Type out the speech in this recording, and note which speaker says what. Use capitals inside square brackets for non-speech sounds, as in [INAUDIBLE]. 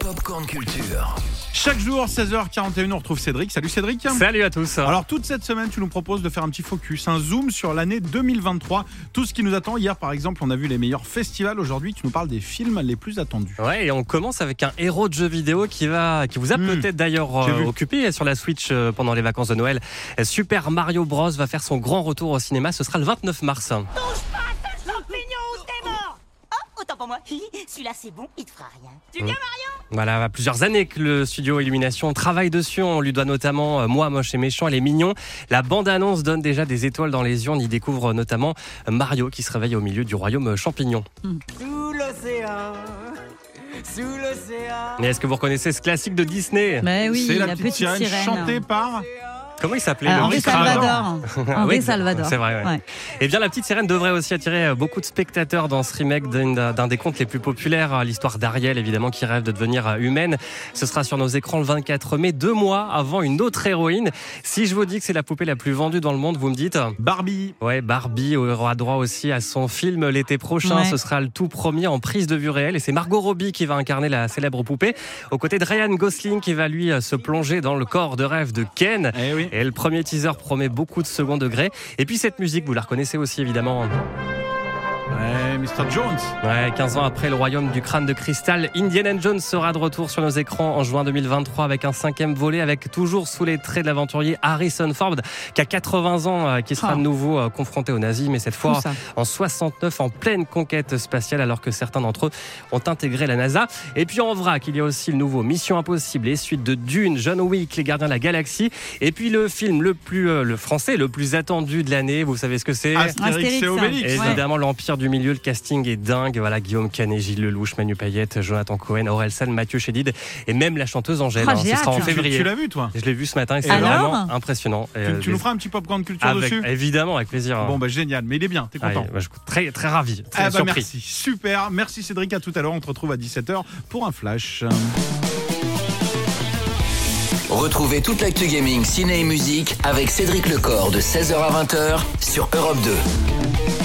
Speaker 1: Popcorn Culture.
Speaker 2: Chaque jour, 16h41, on retrouve Cédric. Salut Cédric.
Speaker 3: Salut à tous.
Speaker 2: Alors toute cette semaine, tu nous proposes de faire un petit focus, un zoom sur l'année 2023, tout ce qui nous attend. Hier par exemple, on a vu les meilleurs festivals. Aujourd'hui, tu nous parles des films les plus attendus.
Speaker 3: Ouais, et on commence avec un héros de jeu vidéo qui va, qui vous a
Speaker 2: Hmm.
Speaker 3: peut-être d'ailleurs
Speaker 2: J'ai
Speaker 3: euh,
Speaker 2: vu.
Speaker 3: occupé sur la Switch euh, pendant les vacances de Noël. Euh, Super Mario Bros va faire son grand retour au cinéma. Ce sera le 29 mars.
Speaker 4: Champignon ou t'es mort Oh, autant pour moi. [LAUGHS] Hi, Celui-là, c'est bon, il te fera rien. Tu viens,
Speaker 3: Voilà, plusieurs années que le studio Illumination travaille dessus. On lui doit notamment euh, Moi, moche et méchant, elle est mignon. La bande-annonce donne déjà des étoiles dans les yeux. On y découvre notamment Mario qui se réveille au milieu du royaume champignon.
Speaker 5: Sous l'océan, sous l'océan.
Speaker 3: Mais est-ce que vous reconnaissez ce classique de Disney
Speaker 6: Mais Bah oui,
Speaker 2: C'est
Speaker 6: la,
Speaker 2: la, petite sirène, chantée par...
Speaker 3: Comment il s'appelait
Speaker 6: Euh,
Speaker 3: le
Speaker 6: Henri
Speaker 3: Rick
Speaker 6: Salvador.
Speaker 3: Ah
Speaker 6: Henri
Speaker 3: oui,
Speaker 6: Salvador.
Speaker 3: C'est vrai, ouais.
Speaker 6: Ouais.
Speaker 3: Eh bien, La Petite Sirène devrait aussi attirer euh, beaucoup de spectateurs dans ce remake d'un d'un des contes les plus populaires. euh, L'histoire d'Ariel, évidemment, qui rêve de devenir euh, humaine. Ce sera sur nos écrans le 24 mai, deux mois avant une autre héroïne. Si je vous dis que c'est la poupée la plus vendue dans le monde, vous me dites
Speaker 2: Barbie.
Speaker 3: Ouais, Barbie aura droit aussi à son film l'été prochain.
Speaker 6: Ouais.
Speaker 3: Ce sera le tout premier en prise de vue réelle. Et c'est Margot Robbie qui va incarner la célèbre poupée, aux côtés de Ryan Gosling qui va lui euh, se plonger dans le corps de rêve de Ken.
Speaker 2: Eh oui.
Speaker 3: Et le premier teaser promet beaucoup de second degré. Et puis cette musique, vous la reconnaissez aussi évidemment.
Speaker 2: Ouais, Mr. Eh, Jones.
Speaker 3: Ouais, 15 ans après le royaume du crâne de cristal, Indiana Jones sera de retour sur nos écrans en juin 2023 avec un cinquième volet avec toujours sous les traits de l'aventurier Harrison Ford qui a 80 ans, euh, qui sera
Speaker 6: Ah.
Speaker 3: de nouveau euh, confronté aux nazis, mais cette
Speaker 6: Fou,
Speaker 3: fois
Speaker 6: ça.
Speaker 3: en 69 en pleine conquête spatiale alors que certains d'entre eux ont intégré la NASA. Et puis en vrac, il y a aussi le nouveau Mission Impossible, les suites de Dune, John Wick, Les Gardiens de la Galaxie. Et puis le film le plus, euh, le français, le plus attendu de l'année, vous savez ce que c'est
Speaker 2: Astérix hein. et
Speaker 6: Astérix.
Speaker 2: Obélix.
Speaker 6: Ouais.
Speaker 3: Évidemment, l'Empire du Milieu, le casting est dingue. Voilà, Guillaume Canet, Gilles Lelouch, Manu Payette, Jonathan Cohen, Aurel San, Mathieu Chédid et même la chanteuse Angèle.
Speaker 6: Ah,
Speaker 3: hein.
Speaker 6: j'ai
Speaker 3: Ce sera en
Speaker 6: hâte. Ah
Speaker 2: Tu, tu
Speaker 3: février.
Speaker 2: l'as vu toi
Speaker 3: Je l'ai vu ce matin et c'est
Speaker 2: alors
Speaker 3: vraiment impressionnant. Et,
Speaker 2: Tu,
Speaker 3: euh,
Speaker 2: tu nous feras un petit popcorn culture
Speaker 3: avec,
Speaker 2: dessus
Speaker 3: Évidemment, avec plaisir. hein.
Speaker 2: Bon, bah génial, mais il est bien, t'es
Speaker 3: Ouais,
Speaker 2: content.
Speaker 3: bah, je suis très, très ravi, très
Speaker 2: Ah bah,
Speaker 3: surpris.
Speaker 2: merci, super. Merci Cédric, à tout à l'heure. On te retrouve à 17h pour un flash.
Speaker 1: Retrouvez toute l'actu gaming, ciné et musique avec Cédric Lecor de 16h à 20h sur Europe 2.